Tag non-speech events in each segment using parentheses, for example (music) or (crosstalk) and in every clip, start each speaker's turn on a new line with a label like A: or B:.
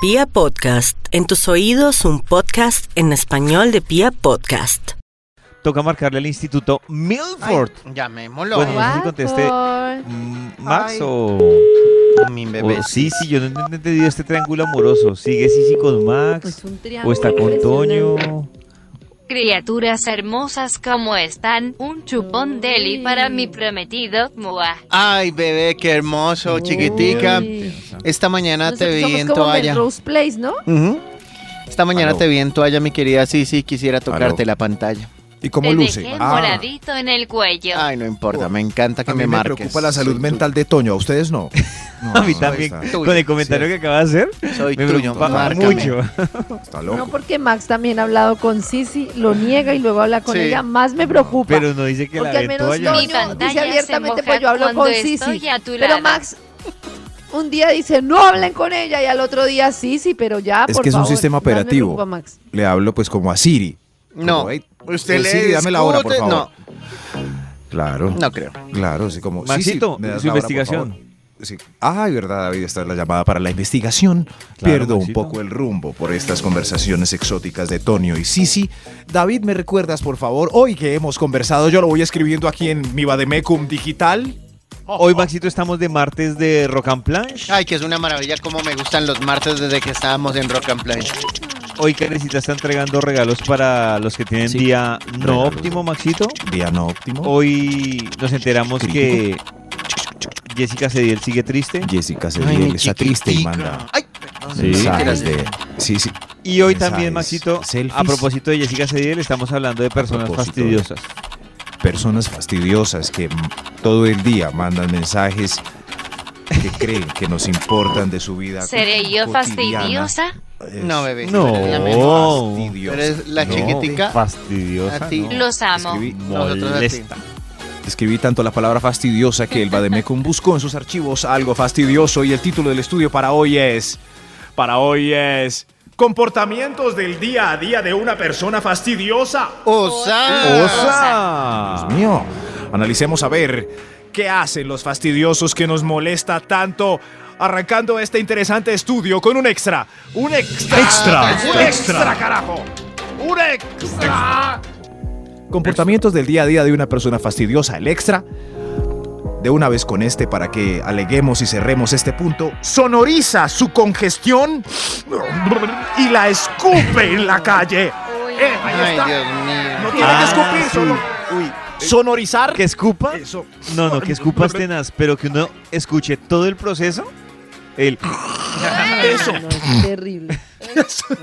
A: Pia Podcast, en tus oídos un podcast en español de Pia Podcast.
B: Toca marcarle al instituto Milford.
C: Ay, llamémoslo.
B: bueno, no sé si
D: Guapo.
B: conteste mm, Max
C: Ay.
B: o,
C: mi
B: o- Sí, sí, yo no he entendido este triángulo amoroso. ¿Sigue Sisi con Max?
D: Pues un
B: ¿O
D: triángulo
B: está con Toño?
D: impresionante.
E: Criaturas hermosas como están, un chupón deli para mi prometido, muah.
C: Ay, bebé, qué hermoso,
D: Uy.
C: chiquitica. Esta mañana
D: Nosotros
C: te vi
D: somos
C: en
D: como
C: toalla.
D: Melrose Place, ¿no?
C: Ujú. Esta mañana
F: Aló.
C: te vi en toalla, mi querida. Sí, sí, quisiera tocarte la pantalla.
F: ¿Y cómo
E: Te
F: luce?
E: dejé
F: Ah,
E: moradito en el cuello.
C: Ay, no importa, me encanta que
F: a mí
C: me
F: me,
C: marques.
F: preocupa la salud
C: Soy
F: mental de Toño, a ustedes no. No,
B: A mí
F: no,
B: también,
F: Está,
C: tuyo.
B: con el comentario que acaba de hacer,
C: tuyo, Soy
B: me
C: tuyo,
B: preocupa
C: márcame.
F: (laughs)
B: mucho. (laughs)
F: está
D: No,
F: loco.
D: porque Max también ha hablado con Sisi, lo niega y luego habla con
C: Sí.
D: ella. Más me preocupa.
B: Pero no dice que la
D: Porque al
B: ve
D: menos
B: toalla.
D: Toño
E: mi
D: dice
E: pantalla
D: abiertamente,
E: se moja
D: pues, yo hablo
E: cuando
D: con
E: estoy
D: Sisi.
E: a tu
D: Pero
E: lado.
D: Max un día dice, no hablen con ella y al otro día Sisi, pero ya,
F: Es
D: por
F: que es un
D: favor,
F: sistema
D: más me
F: operativo.
D: preocupa, Max.
F: Le hablo pues como a Siri.
C: No.
F: Como, "Ey,
C: Usted
F: eh,
C: le
F: Siri, dame la hora, por
C: discute".
F: favor. Claro,
C: No, no creo.
F: claro, así como... "Sí,
B: Maxito,
F: sí, me das
B: su
F: la hora, por
B: investigación.
F: favor". Sí. Ay, verdad, David, esta es la llamada para la investigación. Pierdo un
B: Maxito.
F: poco el rumbo por estas conversaciones exóticas de Toño y Sisi. David, ¿me recuerdas, por favor, hoy que hemos conversado? Yo lo voy escribiendo aquí en mi Bademecum digital.
B: Hoy, Maxito, estamos de martes de Rock and Planche.
C: Ay, que es una maravilla como me gustan los martes desde que estábamos en Rock and Play.
B: Hoy Karencita está entregando regalos para los que tienen
F: Sí.
B: día no
F: Regalos.
B: óptimo, Maxito.
F: Día no óptimo.
B: Hoy nos enteramos que
F: Crítico.
B: Jessica Sediel sigue triste.
F: Jessica
C: Ay,
F: Cediel
C: mi
F: está triste y
C: chiquitica.
F: manda
C: Ay, perdón.
B: Sí.
F: mensajes de... Sí, sí.
B: Y hoy
F: Mensajes,
B: también, Maxito,
F: selfies.
B: a propósito de Jessica Sediel, estamos hablando de personas
F: propósito.
B: fastidiosas.
F: Personas fastidiosas que m- todo el día mandan mensajes que creen que nos importan de su vida.
E: (laughs) ¿Seré yo
F: cotidiana.
E: fastidiosa?
F: Es-
C: No, bebé. la menor.
B: No,
F: Fastidiosa.
C: Eres la
F: No.
C: chiquitica.
B: fastidiosa.
C: A ti.
B: no.
E: Los amo.
F: Escribí,
C: Nosotros a ti.
B: Molesta.
F: escribí tanto la palabra fastidiosa que el Bademecum buscó en sus archivos algo fastidioso y el título del estudio para hoy es... Para hoy es... Comportamientos del día a día de una persona fastidiosa.
C: Osa.
B: ¡Osa!
F: Dios mío. Analicemos a ver qué hacen los fastidiosos que nos molesta tanto. Arrancando este interesante estudio con un extra. Un extra. Extra. Un extra, carajo. Un extra. Comportamientos del día a día de una persona fastidiosa. El extra. De una vez con este para que aleguemos y cerremos este punto. Sonoriza su congestión y la escupe en la calle. Eh, ahí
C: Ay,
F: está.
C: Dios mío.
F: No tiene
B: Ah,
F: que escupir,
B: sí.
F: solo
B: Uy.
F: sonorizar.
B: ¿Que escupa?
F: Eso.
B: No, no, que escupas tenaz, pero que uno escuche todo el proceso. El,
F: Eso.
D: No, es terrible.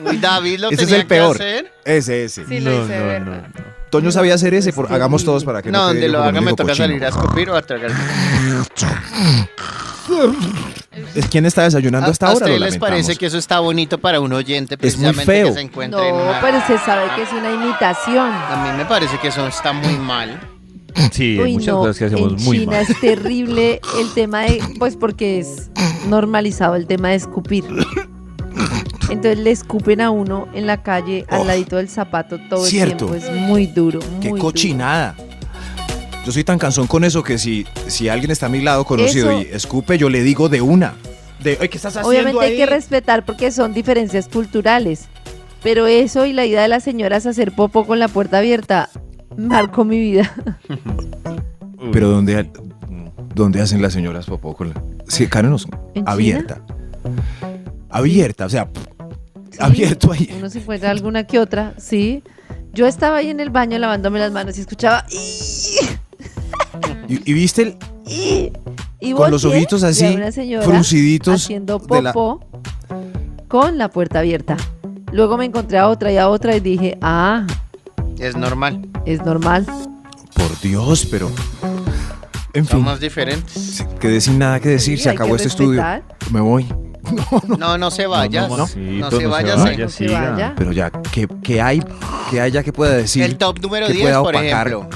C: Uy, David lo
F: Ese es
C: tenía
F: el peor.
C: que hacer.
F: Ese, ese.
D: Sí, lo
B: no,
D: hice,
B: no,
D: ¿verdad?
B: no, no.
F: Toño sabía hacer ese, por,
D: Sí.
F: hagamos todos para que no,
C: No,
F: quede
C: donde
F: yo
C: lo
F: como
C: haga me
F: mendigo
C: toca
F: cochino.
C: salir a escupir o a tragar.
F: ¿Es ¿Quién está desayunando
C: ¿A-
F: hasta
C: a
F: ahora? Lo
C: ustedes les parece
F: lamentamos.
C: que eso está bonito para un oyente
F: Es muy
C: precisamente
F: feo.
C: que se encuentre en
D: No,
C: una-
D: pero se sabe que es una imitación.
C: A mí me parece que eso está muy mal.
B: Sí, hay
D: Uy,
B: muchas
D: no,
B: cosas que hacemos
D: en
B: muy
D: China
B: mal.
D: es terrible el tema de, pues porque es normalizado el tema de escupir. Entonces le escupen a uno en la calle al
F: Uf,
D: ladito del zapato todo
F: cierto.
D: el tiempo. Es muy duro.
F: Qué
D: muy
F: cochinada. Yo soy tan cansón con eso que si, si alguien está a mi lado conocido
D: Eso-
F: y escupe, yo le digo de una. De, "Ay, ¿qué estás
D: duro.
F: haciendo
D: Obviamente hay
F: ahí?".
D: que respetar porque son diferencias culturales. Pero eso y la idea de las señoras hacer popo con la puerta abierta marcó mi vida.
F: Pero ¿dónde, dónde hacen las señoras popó con la... Sí, Karen, no,
D: ¿En
F: abierta. Abierta, o sea,
D: Sí,
F: abierto ahí.
D: Uno se encuentra alguna que otra, sí. Yo estaba ahí en el baño lavándome las manos y escuchaba. "Ih".
F: ¿Y, y viste el,
D: y, y
F: Con los
D: volteé
F: ojitos
D: y
F: así,
D: había una señora
F: frunciditos
D: haciendo
F: de la-
D: popó con la puerta abierta. Luego me encontré a otra y a otra y dije, ah,
C: Es normal.
D: es normal.
F: Por Dios, pero... En fin,
C: Somos
F: (laughs)
C: diferentes.
F: se- quedé sin nada que decir,
D: Sí,
F: se
D: hay que
F: acabó este estudio.
D: respetar.
F: Me voy.
C: No, no se vayas. No,
F: no,
B: Maxito,
C: se vayas.
D: vaya.
C: eh.
D: No se vaya.
F: Pero ya, ¿qué, qué hay? ¿Qué hay ya que pueda decir?
C: El top número
F: que
C: 10,
F: pueda
C: por
F: opacar
C: ejemplo.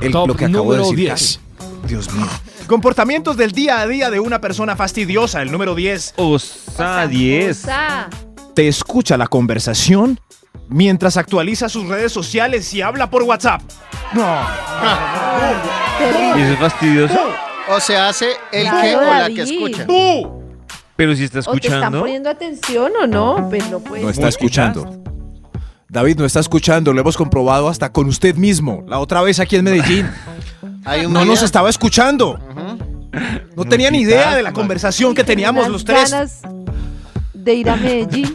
F: el-
G: Top
F: lo que acabo de
G: número
F: decir.
G: 10.
F: Karen? Dios mío. Comportamientos del día a día de una persona fastidiosa, el número 10.
B: Osa 10.
D: Cosa.
F: Te escucha la conversación mientras actualiza sus redes sociales y habla por WhatsApp. No.
B: ¿Y eso es fastidioso?
C: O se hace el
D: Claro,
C: que o la
D: David.
C: que escucha.
F: ¡Tú!
B: Pero si está
D: O te están
B: escuchando,
D: poniendo atención o no, pues no puedes.
F: No está escuchando. David no está escuchando, lo hemos comprobado hasta con usted mismo. La otra vez aquí en (laughs) Medellín.
C: Hay un
F: No
C: video.
F: nos estaba escuchando. No tenía ni idea de la
B: Multitasking.
F: conversación que teníamos
D: unas
F: los tres.
D: ganas de ir a Medellín.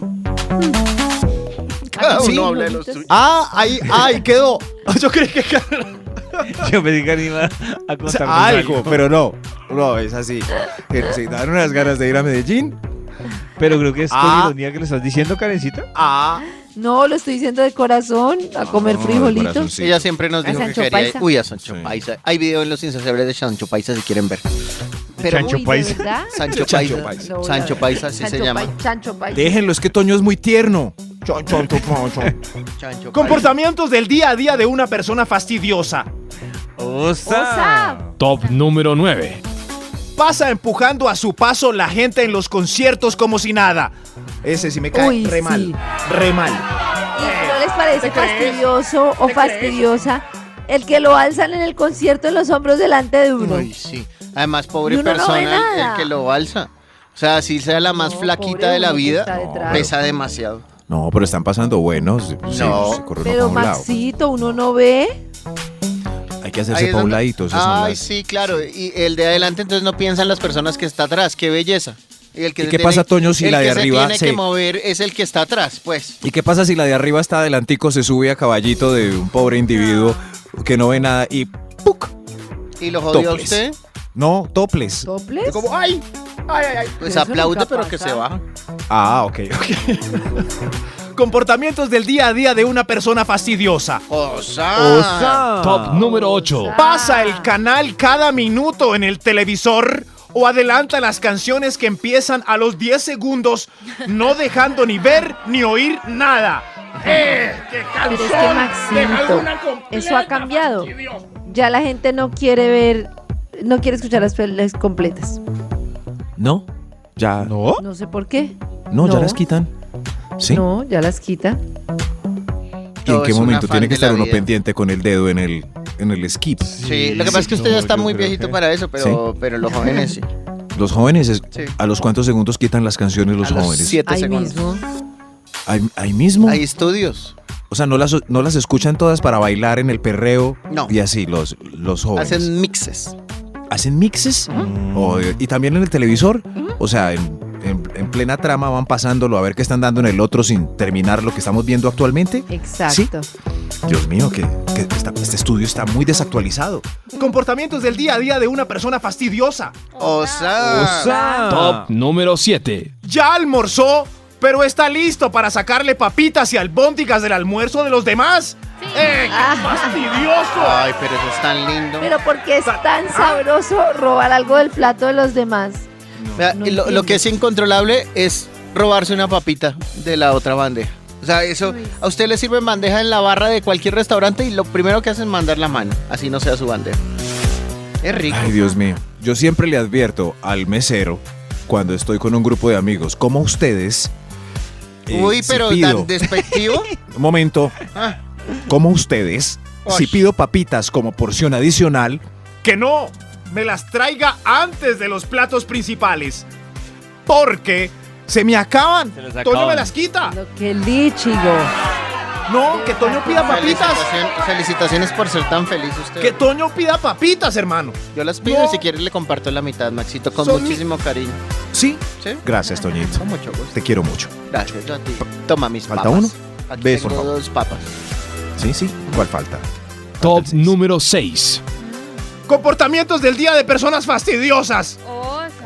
C: Cada
F: Sí.
C: uno habla de los suyos.
F: Ah, ahí, (laughs) ahí quedó. Yo creí que
B: (laughs) yo me que iba a
F: O sea,
B: contar
F: algo, pero no. No, es así. Que Se dan unas ganas de ir a Medellín.
B: Pero creo que es
F: Ah.
B: con ironía que le estás diciendo, Karencita.
F: Ah,
D: No, lo estoy diciendo de corazón, a comer
F: no, de corazón,
D: frijolitos.
F: sí.
C: Ella siempre nos
D: A
C: dijo que
D: Sancho
C: quería
D: Paisa.
C: Uy, a Sancho
F: Sí.
C: Paisa. Hay video en Los Insaciables de Sancho Paisa si quieren ver. Pero
B: Chancho
D: Uy, ¿de
B: Paisa.
D: verdad?
C: (laughs) Sancho
F: Chancho
C: Paisa.
F: Paisa.
D: Lo voy a
C: Sancho
D: ver.
C: Paisa, así
D: Sancho
C: se llama.
D: Pai- Sancho Paisa.
F: déjenlo, es que Toño es muy tierno. Chon, chon, chon, chon, (laughs) chon.
C: Chancho Paisa.
H: Comportamientos del día a día de una persona fastidiosa.
D: Osa.
I: Top número 9.
H: Pasa empujando a su paso la gente en los conciertos como si nada. Ese sí me cae
D: Uy,
H: re mal.
D: sí.
H: Re mal.
D: ¿Y no les parece
H: ¿Te crees?
D: fastidioso o
H: ¿Te crees?
D: fastidiosa el que lo alzan en el concierto en los hombros delante de uno?
C: Uy, sí. Además, pobre
D: Y uno no ve
C: persona el- el,
D: nada.
C: que lo balsa. O sea, si sea la más
D: No,
C: flaquita
D: pobre
C: de la
D: uno que
C: vida,
D: está detrás.
C: pesa demasiado.
F: No, pero están pasando buenos. Sí,
C: No.
F: se corre uno pa'
D: Pero
F: un lado.
D: Maxito, uno no ve.
F: Hay que
C: Ahí
F: hacerse
C: es
F: pa' un
C: donde-
F: ladito. esas son
C: Ay,
F: las-
C: sí, claro. Y el de adelante, entonces no piensan las personas que está atrás. Qué belleza. ¿Y, el que
F: ¿Y
C: se
F: qué pasa, Toño, si
C: el
F: la de
C: que
F: arriba
C: Se tiene
F: se-
C: que mover es el que está atrás, pues.
F: ¿Y qué pasa si la de arriba está adelantico, se sube a caballito de un pobre individuo que no ve nada y ¡puc!
C: Y lo jodió a
F: Toples.
C: usted.
F: No, toples.
D: ¿Soples?
C: Como, ¡ay! ¡Ay, ay, ay! Pues
D: Eso
C: aplaude,
D: nunca
C: pero
D: pasa.
C: que se baja.
F: Ah, ok, ok.
H: (laughs) Comportamientos del día a día de una persona fastidiosa.
C: Ah. ¡Osa!
I: Top número 8.
H: Pasa el canal cada minuto en el televisor o adelanta las canciones que empiezan a los 10 segundos, no dejando ni ver ni oír nada. ¡Eh! ¡Qué
D: Pero es
H: cansón!
D: que Maxito,
H: Deja una
D: eso ha
H: completa,
D: cambiado.
H: fastidioso.
D: Ya la gente no quiere ver, no quiere escuchar las pelis completas.
F: No, ya. No,
H: ¿No?
D: No sé por qué.
F: ya
D: No.
F: las quitan. Sí.
D: No, ya las quita.
F: ¿Y en
C: No,
F: qué
C: es un
F: momento
C: afán
F: tiene que
C: de la
F: estar uno
C: vida.
F: pendiente con el dedo en el, en el skip?
C: Sí, lo que pasa es que usted ya está muy viejito para eso, pero, pero los jóvenes sí.
F: Los jóvenes, es-
C: Sí.
F: ¿a los cuántos segundos quitan las canciones los
C: a los
F: jóvenes?
C: siete
D: Ahí
C: segundos.
D: mismo.
F: ¿Ahí, ahí mismo?
C: Hay estudios.
F: O sea, no las, no las escuchan todas para bailar en el perreo.
C: No.
F: Y así, los, los jóvenes. ¿Hacen,
C: Hacen mixes.
F: mixes? Mm. O- y también en el televisor. O sea, en, en- en plena trama van pasándolo a ver qué están dando en el otro sin terminar lo que estamos viendo actualmente.
D: Exacto.
F: Dios mío, que, que esta- este estudio está muy desactualizado.
H: Comportamientos del día a día de una persona fastidiosa.
C: ¡Osa!
I: Top número 7.
H: Ya almorzó, pero está listo para sacarle papitas y albóndigas del almuerzo de los demás. ¡Eh! ¡Qué fastidioso!
C: Ay, pero eso es tan lindo.
D: Pero porque es tan sabroso robar algo del plato de los demás.
C: Vea,
D: no
C: y lo, lo que es incontrolable es robarse una papita de la otra bandeja. O sea, eso, a usted le sirve bandeja en la barra de cualquier restaurante y lo primero que hace es mandar la mano, así no sea su bandeja. Es rico.
F: Ay, Dios mío. Yo siempre le advierto al mesero cuando estoy con un grupo de amigos como ustedes. eh,
C: Uy,
F: si
C: pero
F: pido-
C: tan
F: (laughs)
C: despectivo.
F: Un momento.
C: Ah.
F: Como ustedes, si
C: Ush.
F: pido papitas como porción adicional,
H: ¡Que no! Me las traiga antes de los platos principales. Porque
F: se me acaban.
B: Se los
H: Toño
B: acaban.
H: me las quita.
D: Lo que lichigo.
H: No, que Toño pida papitas.
C: Felicitación- felicitaciones por ser tan feliz usted.
H: Que Toño pida papitas, hermano.
C: Yo las pido
H: No.
C: y si quieres le comparto la mitad, Maxito, con
H: Son mi-
C: muchísimo cariño.
F: Sí.
C: ¿Sí?
F: Gracias, Toñito.
C: Con mucho gusto.
F: Te quiero mucho.
C: Gracias, yo a ti. Toma mis
F: ¿Falta
C: papas.
F: uno?
C: Aquí
F: Ve,
C: tengo
F: por favor.
C: dos papas.
F: Sí, sí. ¿Cuál falta?
I: Top número 6.
H: Comportamientos del día de personas fastidiosas.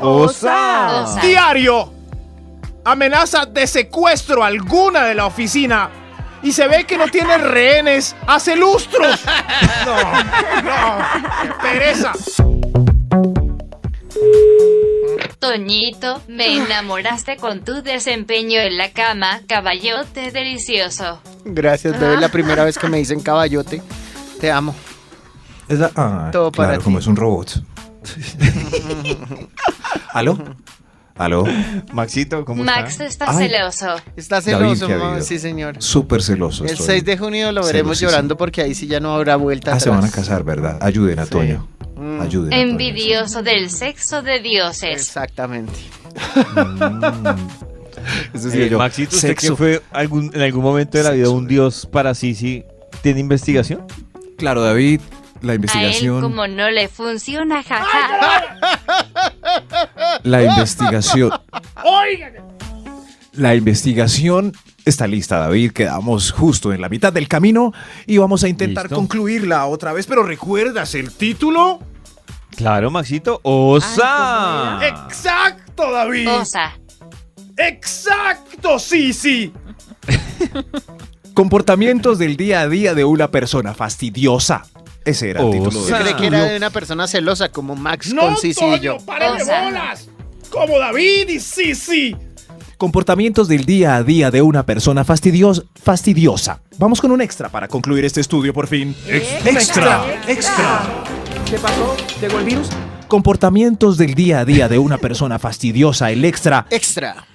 D: Osa.
J: Ah.
E: Osa.
H: Diario. Amenaza de secuestro a alguna de la oficina. Y se ve que no tiene rehenes. Hace lustros.
J: (laughs)
H: No, no. qué Pereza.
E: Toñito, me enamoraste con tu desempeño en la cama, caballote delicioso.
C: Gracias, bebé. Es la primera vez que me dicen caballote. Te amo.
F: Es la- ah,
C: Todo para
F: claro,
C: ti.
F: como es
C: (laughs)
F: un robot. ¿Aló? ¿Aló?
B: Maxito, ¿cómo
E: Max
B: está?
E: está
F: Ay.
E: celoso.
C: Está
F: David,
C: celoso,
F: ¿qué ha
C: mamá.
F: habido?
C: Sí, señor.
F: Súper celoso.
C: El
F: estoy.
C: 6 de junio lo veremos
F: Celosísimo.
C: llorando porque ahí sí ya no habrá vuelta
F: Ah, se van a
C: atrás.
F: casar, ¿verdad? Ayuden a
C: Sí.
F: Toño.
C: Mm,
F: Ayuden. a Toño.
E: Envidioso del sexo de dioses.
C: Exactamente.
F: Es
B: Eh, Maxito, ¿usted que fue algún, en algún momento de la vida
F: Sexo,
B: un
F: eh.
B: dios para Sisi? ¿Tiene investigación?
F: Claro, David, la
E: A él
F: investigación.
E: como no le funciona, jaja.
F: La investigación. La investigación está lista, David. Quedamos justo en la mitad del camino y vamos a intentar
B: Listo.
F: concluirla otra vez. Pero ¿recuerdas el título?
B: Claro, Maxito. ¡Osa!
D: Ay,
H: Ah. pues ¡Exacto, David!
J: Ah.
E: Cosa.
H: ¡Exacto, sí, sí!
F: Comportamientos del día a día de una persona fastidiosa. Ese era Pues el
B: Oh,
F: título. este
C: Yo
B: sea,
F: del
C: creí que
F: estudio.
C: era de una persona celosa como Max
H: ¡No,
C: con Sisi y yo.
H: Toño, paren de
E: Cosa.
H: bolas! ¡Como David y sí, sí!
F: Comportamientos del día a día de una persona fastidios- fastidiosa. Vamos con un extra para concluir este estudio por fin. ¿Qué pasó? ¿Llegó el virus? Comportamientos del día a día de una persona fastidiosa. El extra.
C: Extra.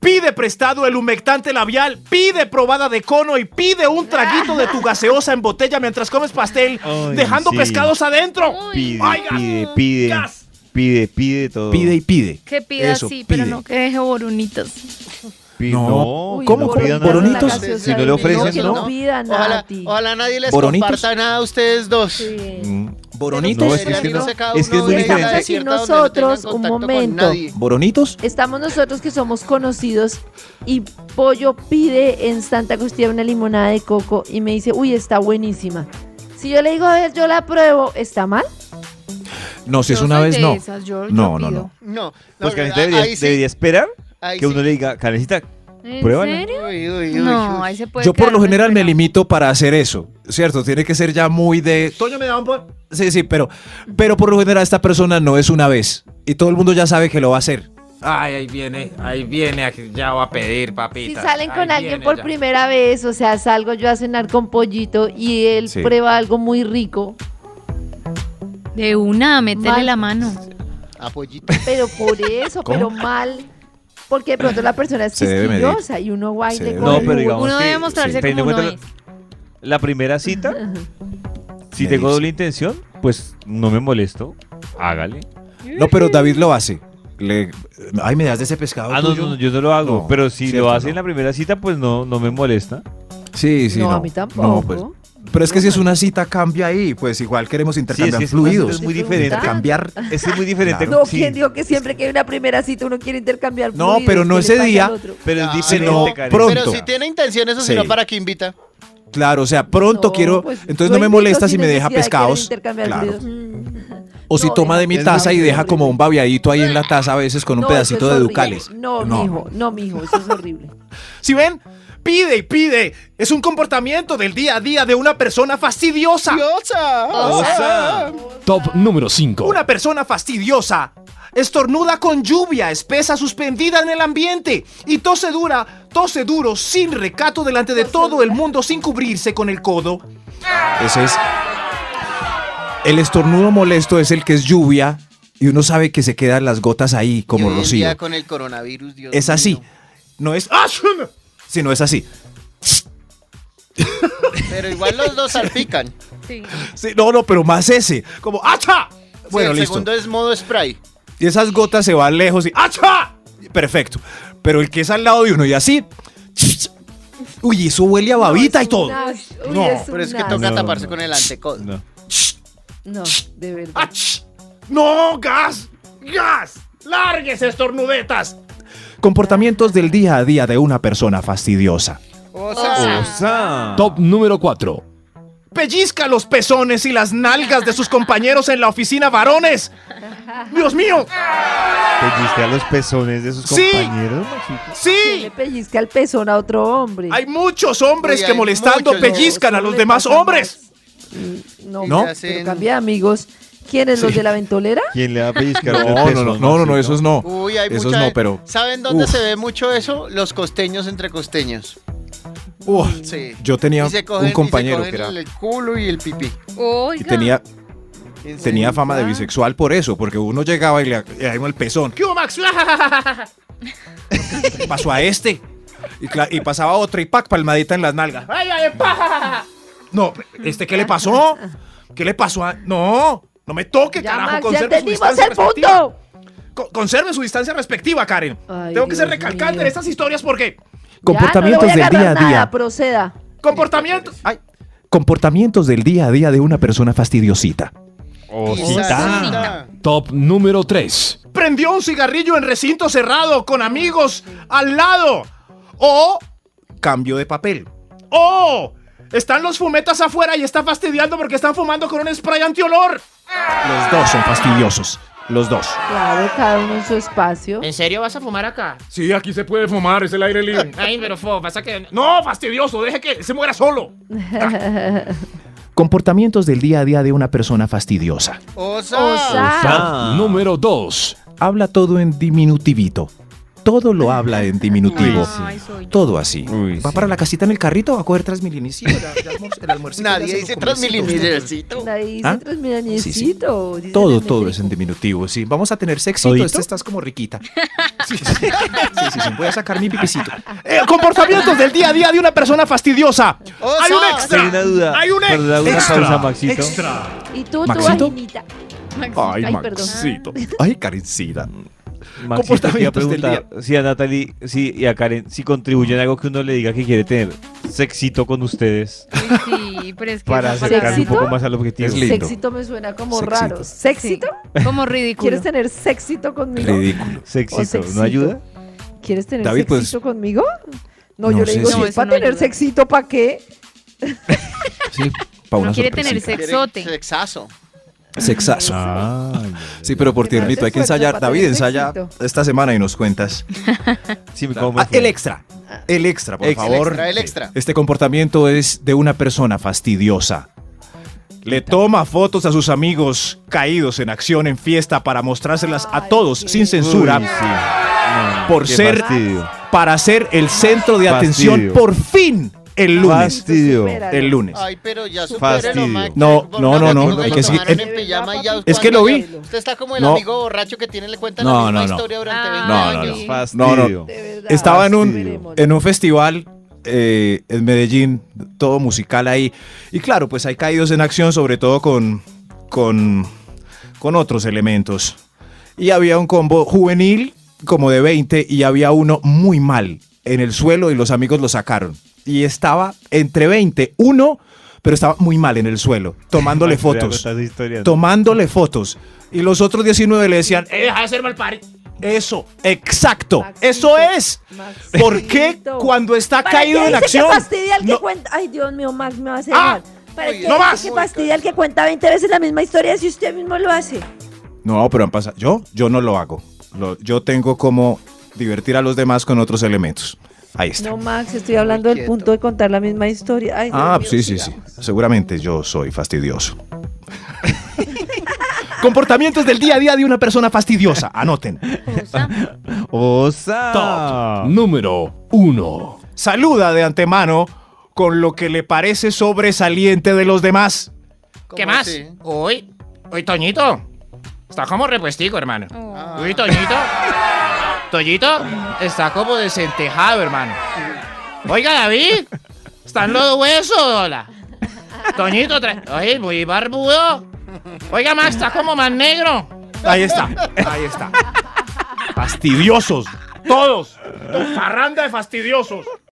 H: Pide prestado el humectante labial, pide probada de cono y pide un traguito de tu gaseosa en botella mientras comes pastel,
B: Ay,
H: dejando
B: sí.
H: pescados adentro.
B: Pide,
H: Ay, gas,
B: pide, pide.
H: gas.
B: Pide, pide todo.
F: Pide y pide.
K: Que pida
F: Eso,
K: así, pero
F: pide.
K: no que deje borunitos.
B: Pi-
F: No.
B: No,
D: Uy,
F: ¿Cómo?
B: no
F: ¿Cómo?
B: pidan nada.
F: ¿Boronitos?
D: la gaseosa
B: Si no
D: del
B: le
D: Pero
B: ofrecen,
D: que
B: ¿no?
D: no pidan
C: Ojalá,
D: a ti.
C: ojalá nadie les
F: ¿Boronitos?
C: comparta nada a ustedes dos.
D: Sí.
F: Mm, Boronitos.
B: No, es que-
C: Deberían
B: no.
C: irse cada
B: Es que es
C: uno
B: muy
C: a una isla
B: diferente.
C: desierta donde
D: Pues Nosotros,
C: no tengan
D: un
C: contacto con
D: momento.
C: nadie.
F: ¿Boronitos?
D: Estamos nosotros que somos conocidos y Pollo pide en Santa Costilla una limonada de coco y me dice, uy, está buenísima. Si yo le digo, a ver, yo la pruebo, ¿está mal?
F: No, si es
K: Yo
F: una
K: soy
F: vez,
K: de
F: no.
K: esas, yo- yo
F: No, no,
K: pido.
F: no.
C: No,
B: Pues
C: no,
B: Karencita debería,
C: ahí sí,
B: debería esperar
C: ahí
B: que uno
C: sí.
B: le diga, Karencita,
K: ¿En
B: Pruébala.
K: serio?
C: Uy, uy, uy,
K: No,
C: uy.
K: ahí se puede
F: Yo por
K: quedar
F: lo
K: uno
F: general me
K: esperando.
F: limito para hacer eso, ¿cierto? Tiene que ser ya muy de... Toño me da un po-". Sí, sí, pero, pero por lo general esta persona no es una vez. Y todo el mundo ya sabe que lo va a hacer.
J: Ay, ahí viene, ahí viene, ya va a pedir,
D: Si
J: papita.
D: salen con
J: Ahí
D: alguien
J: viene
D: por
J: ya.
D: primera vez, o sea, salgo yo a cenar con pollito y él
F: Sí.
D: prueba algo muy rico,
K: De una, métele
D: Mal.
K: la mano.
C: Apoyito.
D: pero por eso,
F: ¿Cómo?
D: pero mal. Porque de pronto la persona es
F: Se debe medir.
D: quisquillosa y uno guay
F: Se
D: le
F: debe
D: coge
B: No,
F: Uy,
B: pero
D: el
B: digamos
K: Uno
B: que,
K: debe
B: sí,
K: mostrarse
B: teniendo
K: como
B: en
K: uno
B: cuenta
K: es.
B: la primera cita, si
F: Me
B: tengo
F: dice.
B: doble intención, pues no me molesto. Hágale.
F: No, pero David lo hace. Le- Ay, me das de ese pescado
B: Ah, no,
F: tuyo?
B: no, no, yo no lo hago.
F: No,
B: pero si
F: cierto,
B: lo hace
F: no.
B: en la primera cita, pues no, no me molesta.
F: Sí, sí,
D: No,
F: no.
D: a mí tampoco.
F: No, pues, Pero es que si es una cita, cambia ahí. Pues igual queremos intercambiar
B: es una cita,
F: fluidos.
B: es muy diferente.
F: Intercambiar.
B: Es que es muy diferente.
F: Claro.
D: No,
B: sí,
D: ¿quién dijo que siempre que hay una primera cita uno quiere intercambiar
F: No,
D: fluidos?
F: pero no
D: ¿Qué le
F: ese
D: pasa al
F: día,
D: otro?
B: Pero es
C: Ah,
B: diferente,
F: no,
B: Karen.
F: pronto.
C: Pero si tiene intención eso, sino
F: Sí.
C: para que invita.
F: Claro, o sea, pronto
D: No,
F: quiero.
D: pues,
F: entonces
D: yo
F: no me
D: invito
F: molesta
D: sin
F: si me deja
D: necesidad de querer
F: pescados.
D: intercambiar
F: Claro.
D: fluidos. Mm.
F: O si
D: No,
F: toma de mi
D: deja-
F: taza y
D: no,
F: deja
D: horrible.
F: como un babiadito ahí en la taza a veces con un
D: Pues, No, eso
F: pedacito
D: es
F: de
D: horrible.
F: ducales.
D: No, mijo, no, mijo, eso es horrible.
H: Si ven, pide y pide. Es un comportamiento del día a día de una persona fastidiosa.
F: Oh.
B: Osa.
I: Top número 5.
H: Una persona fastidiosa. Estornuda con lluvia, espesa suspendida en el ambiente. Y tose dura, tose duro, sin recato delante de todo el mundo, sin cubrirse con el codo.
F: Ese es. El estornudo molesto es el que es lluvia y uno sabe que se quedan las gotas ahí
C: Y
F: como
C: hoy en
F: rocío.
C: día con el coronavirus, Dios
F: Es así.
C: mío.
F: No es. Si no es así.
C: Pero igual los
F: (laughs)
C: dos salpican.
K: Sí.
F: Sí, no, no, pero más ese. Como ¡Acha! Bueno,
C: el
F: listo.
C: segundo es modo spray.
F: Y esas gotas se van lejos y ¡Acha! Perfecto. Pero el que es al lado de uno y así. Uy, eso huele a babita y (laughs) todo.
D: no,
F: No,
C: Pero es que toca taparse con el antecodo.
B: No.
D: No, de verdad.
H: ¡Ach! ¡No! ¡Gas! ¡Gas! ¡Lárguese, estornudetas!
F: Comportamientos del día a día de una persona fastidiosa.
C: O
E: Osa.
C: sea,
B: Osa.
I: Ah. Top número 4.
H: Pellizca los pezones y las nalgas de sus compañeros en la oficina, varones. ¡Dios mío!
B: Pellizca los pezones de sus
H: Sí.
B: compañeros, Maxito.
D: ¿Quién
H: ¡Sí!
D: le pellizca el pezón a otro hombre?
H: Hay muchos hombres
C: Uy,
H: que
C: hay
H: molestando
C: muchos.
H: pellizcan a
D: Eso
H: los
D: le
H: demás
D: pasa más.
H: hombres.
D: Mm, No,
C: ¿No?
D: pero cambia de amigos. ¿Quiénes, los de la ventolera?
B: ¿Quién le va a pellizcar
F: No,
B: el
F: no, no,
B: pezón,
F: no, no, no,
B: Maxito?
F: esos no.
C: Uy, hay
F: esos
C: mucha-
F: no, pero.
C: ¿Saben dónde
F: Uf.
C: se ve mucho eso? Los costeños entre costeños.
F: Uf,
C: Sí.
F: yo tenía
C: Y se cogen- y
F: un
C: se
F: compañero
C: cogen
F: que era.
C: el culo y el pipí.
F: Y
K: Oiga.
F: tenía,
C: ¿En serio?
F: tenía fama de bisexual por eso, porque uno llegaba y le daba el pezón.
H: ¿Qué hubo, Max? (laughs)
F: ¿Qué pasó a este? Y, cla- y pasaba otro y pac, palmadita en las nalgas.
H: ¡Ay, ay, pa!
F: No, ¿este qué le pasó? ¿Qué le pasó a.? No, no me toque,
D: Ya,
F: carajo.
D: Max, ya
F: conserve su
D: entendimos
F: distancia
D: el
F: respectiva.
D: punto.
H: co- conserve su distancia respectiva, Karen.
D: Ay,
H: Tengo que ser
D: Dios
H: recalcante
D: mío.
H: en estas historias porque
D: ya,
F: Comportamientos
D: no le voy
F: del día a
D: agarrar nada,
F: día.
D: Proceda.
H: comportamiento. Ay,
F: Comportamientos del día a día de una persona fastidiosita. Oh,
C: Quizás.
I: Top número 3.
H: prendió un cigarrillo en recinto cerrado con amigos al lado. O
F: Cambio de papel.
H: ¡Oh! Están los fumetas afuera y está fastidiando porque están fumando con un spray antiolor.
F: Los dos son fastidiosos. Los dos.
D: Claro, cada uno en su espacio.
J: ¿En serio vas a fumar acá?
H: Sí, aquí se puede fumar, es el aire libre.
J: Ay, pero fo, pasa que.
H: (laughs) No, fastidioso, deje que se muera solo.
F: Comportamientos del día a día de una persona fastidiosa.
C: Osa.
H: Ah.
D: Osa.
I: Top número 2.
F: Habla todo en diminutivito. Todo lo habla en diminutivo.
K: Ay, soy yo.
F: Todo así.
B: Uy,
F: Va
B: sí.
F: para la casita en el carrito, va a coger Transmilenio. Sí, ya- ya almor- el almuercito ya se
C: Nadie
F: lo
C: dice
F: comió, sí, usted.
C: transmilenio.
D: Ahí
F: ¿Ah?
D: se transmite Niecito, dice
F: Todo,
D: Daniel
F: todo es en
D: Rico.
F: diminutivo, Pues sí. Vamos a tener sexito.
B: ¿Todito?
F: Esta estás como riquita. (laughs) Sí, sí, sí. Sí, sí, Voy a sacar mi pipicito.
H: Eh, comportamientos del día a día de una persona fastidiosa.
C: Osa.
H: Hay un extra.
B: Hay una duda.
H: Hay un ex-
B: Perdón, una
H: extra.
B: pausa, Maxito.
H: Extra.
D: Y tú, tu
F: ¿Maxito?
D: vaginita.
F: Ay,
D: Ay, perdón.
F: Maxito. Ay, Karencita.
B: Maxito, te iba a
F: Comportamientos del
B: preguntar si a Natalie si, y a Karen si contribuyen a algo que uno le diga que quiere tener sexito con ustedes
K: Uy, sí, pero es que
B: para
K: esa
B: sacar un
K: palabra-
D: ¿Sexito?
B: poco más al objetivo.
F: Es Ah, lindo.
D: Sexito me suena como
F: Sexito.
D: raro. ¿Sexito?
K: Como ridículo.
D: ¿Quieres tener sexito conmigo?
F: Ridículo.
B: Sexito,
D: O sexito.
B: ¿no ayuda?
D: ¿Quieres tener
F: David, pues-
D: sexito conmigo? No,
F: No
D: yo le
F: sé
D: digo,
F: si-
D: si
F: No,
D: es
K: eso
D: para
K: no
D: tener
K: ayuda.
D: sexito, ¿para qué?
F: Sí, pa' una
K: No quiere tener
F: sorpresita.
K: sexote.
C: Sexazo.
F: Sexazo.
B: Ah.
F: Sí, pero por
D: Que me hace
F: tiernito hay que
D: esfuerzo
F: ensayar.
D: para
F: David,
D: tener
F: ensaya
D: sexito.
F: esta semana y nos cuentas.
B: Sí, me como este
F: Ah, el extra. El extra, por
B: Extra.
C: El
F: favor.
C: extra, el extra.
F: Este comportamiento es de una persona fastidiosa.
H: Le toma fotos a sus amigos caídos en acción en fiesta para mostrárselas a
D: Ay,
H: todos
D: qué-
H: sin censura
B: Uy, sí. No,
H: Por
B: qué
H: ser-
B: fastidio.
H: para ser el centro de
B: Fastidio.
H: atención por fin el lunes.
B: Fastidio.
D: Supéralo.
H: El lunes.
C: Ay, pero ya
B: Fastidio.
C: supérelo, Max.
F: No, no, no, no,
C: amigos
F: hay
C: lo
F: que seguir.
C: tomaron
D: Eh,
C: en pijama y ya
D: es
C: cuando
H: que lo vi.
C: ya- Usted está como el
F: No.
C: amigo borracho que tiene, le cuentan
F: No,
C: la misma
F: no, no.
C: historia durante
K: Ah, no,
C: 20
K: no,
C: años.
K: no.
B: Fastidio.
F: No, no.
D: De verdad.
F: Estaba en un,
D: Superémoslo.
F: en un festival eh, en Medellín, todo musical ahí. Y claro, pues hay caídos en acción, sobre todo con, con, con otros elementos. Y había un combo juvenil, como de 20, y había uno muy mal en el suelo y los amigos lo sacaron. Y estaba entre 20, uno, pero estaba muy mal en el suelo,
B: (laughs)
F: tomándole
B: Max, voy a
F: fotos.
B: contar esa historia, ¿no?
F: Tomándole fotos. Y los otros 19 le decían, "Eh,
J: deja de ser mal pari.
F: eso, exacto,
D: Maxito,
F: eso es.
D: Maxito.
F: ¿Por qué cuando está
D: ¿Para
F: caído
D: qué
F: en
D: dice
F: acción?
D: Que fastidia el que
F: No.
D: cuenta. Ay, Dios mío, Max me va a hacer
H: Ah,
D: mal. ¿Para
C: oye,
D: qué
H: no
D: dice
H: más.
D: que fastidia el que cuenta 20 veces la misma historia si usted mismo lo hace?
F: No, pero han pasado. Yo, yo no lo hago. Lo- yo tengo como divertir a los demás con otros elementos. Ahí está.
D: No, Max, estoy hablando del
C: quieto.
D: punto de contar la misma historia. Ay, Dios
F: ah,
D: mío,
F: sí, sí, sí.
D: sigamos.
F: Seguramente yo soy fastidioso.
H: (laughs) Comportamientos del día a día de una persona fastidiosa. Anoten.
B: Osa.
I: Top número 1.
H: Saluda de antemano con lo que le parece sobresaliente de los demás.
C: ¿Cómo
J: ¿Qué más?
C: así?
J: Uy, uy, Toñito. Está como repuestico, hermano. Uy, Toñito. Toñito está como desentejado, hermano. Oiga, David. Están los huesos, hola. Toñito, trae. Oye, muy barbudo. Oiga, Max, está como más negro.
H: Ahí está, ahí está. Fastidiosos. Todos. Farranda de fastidiosos.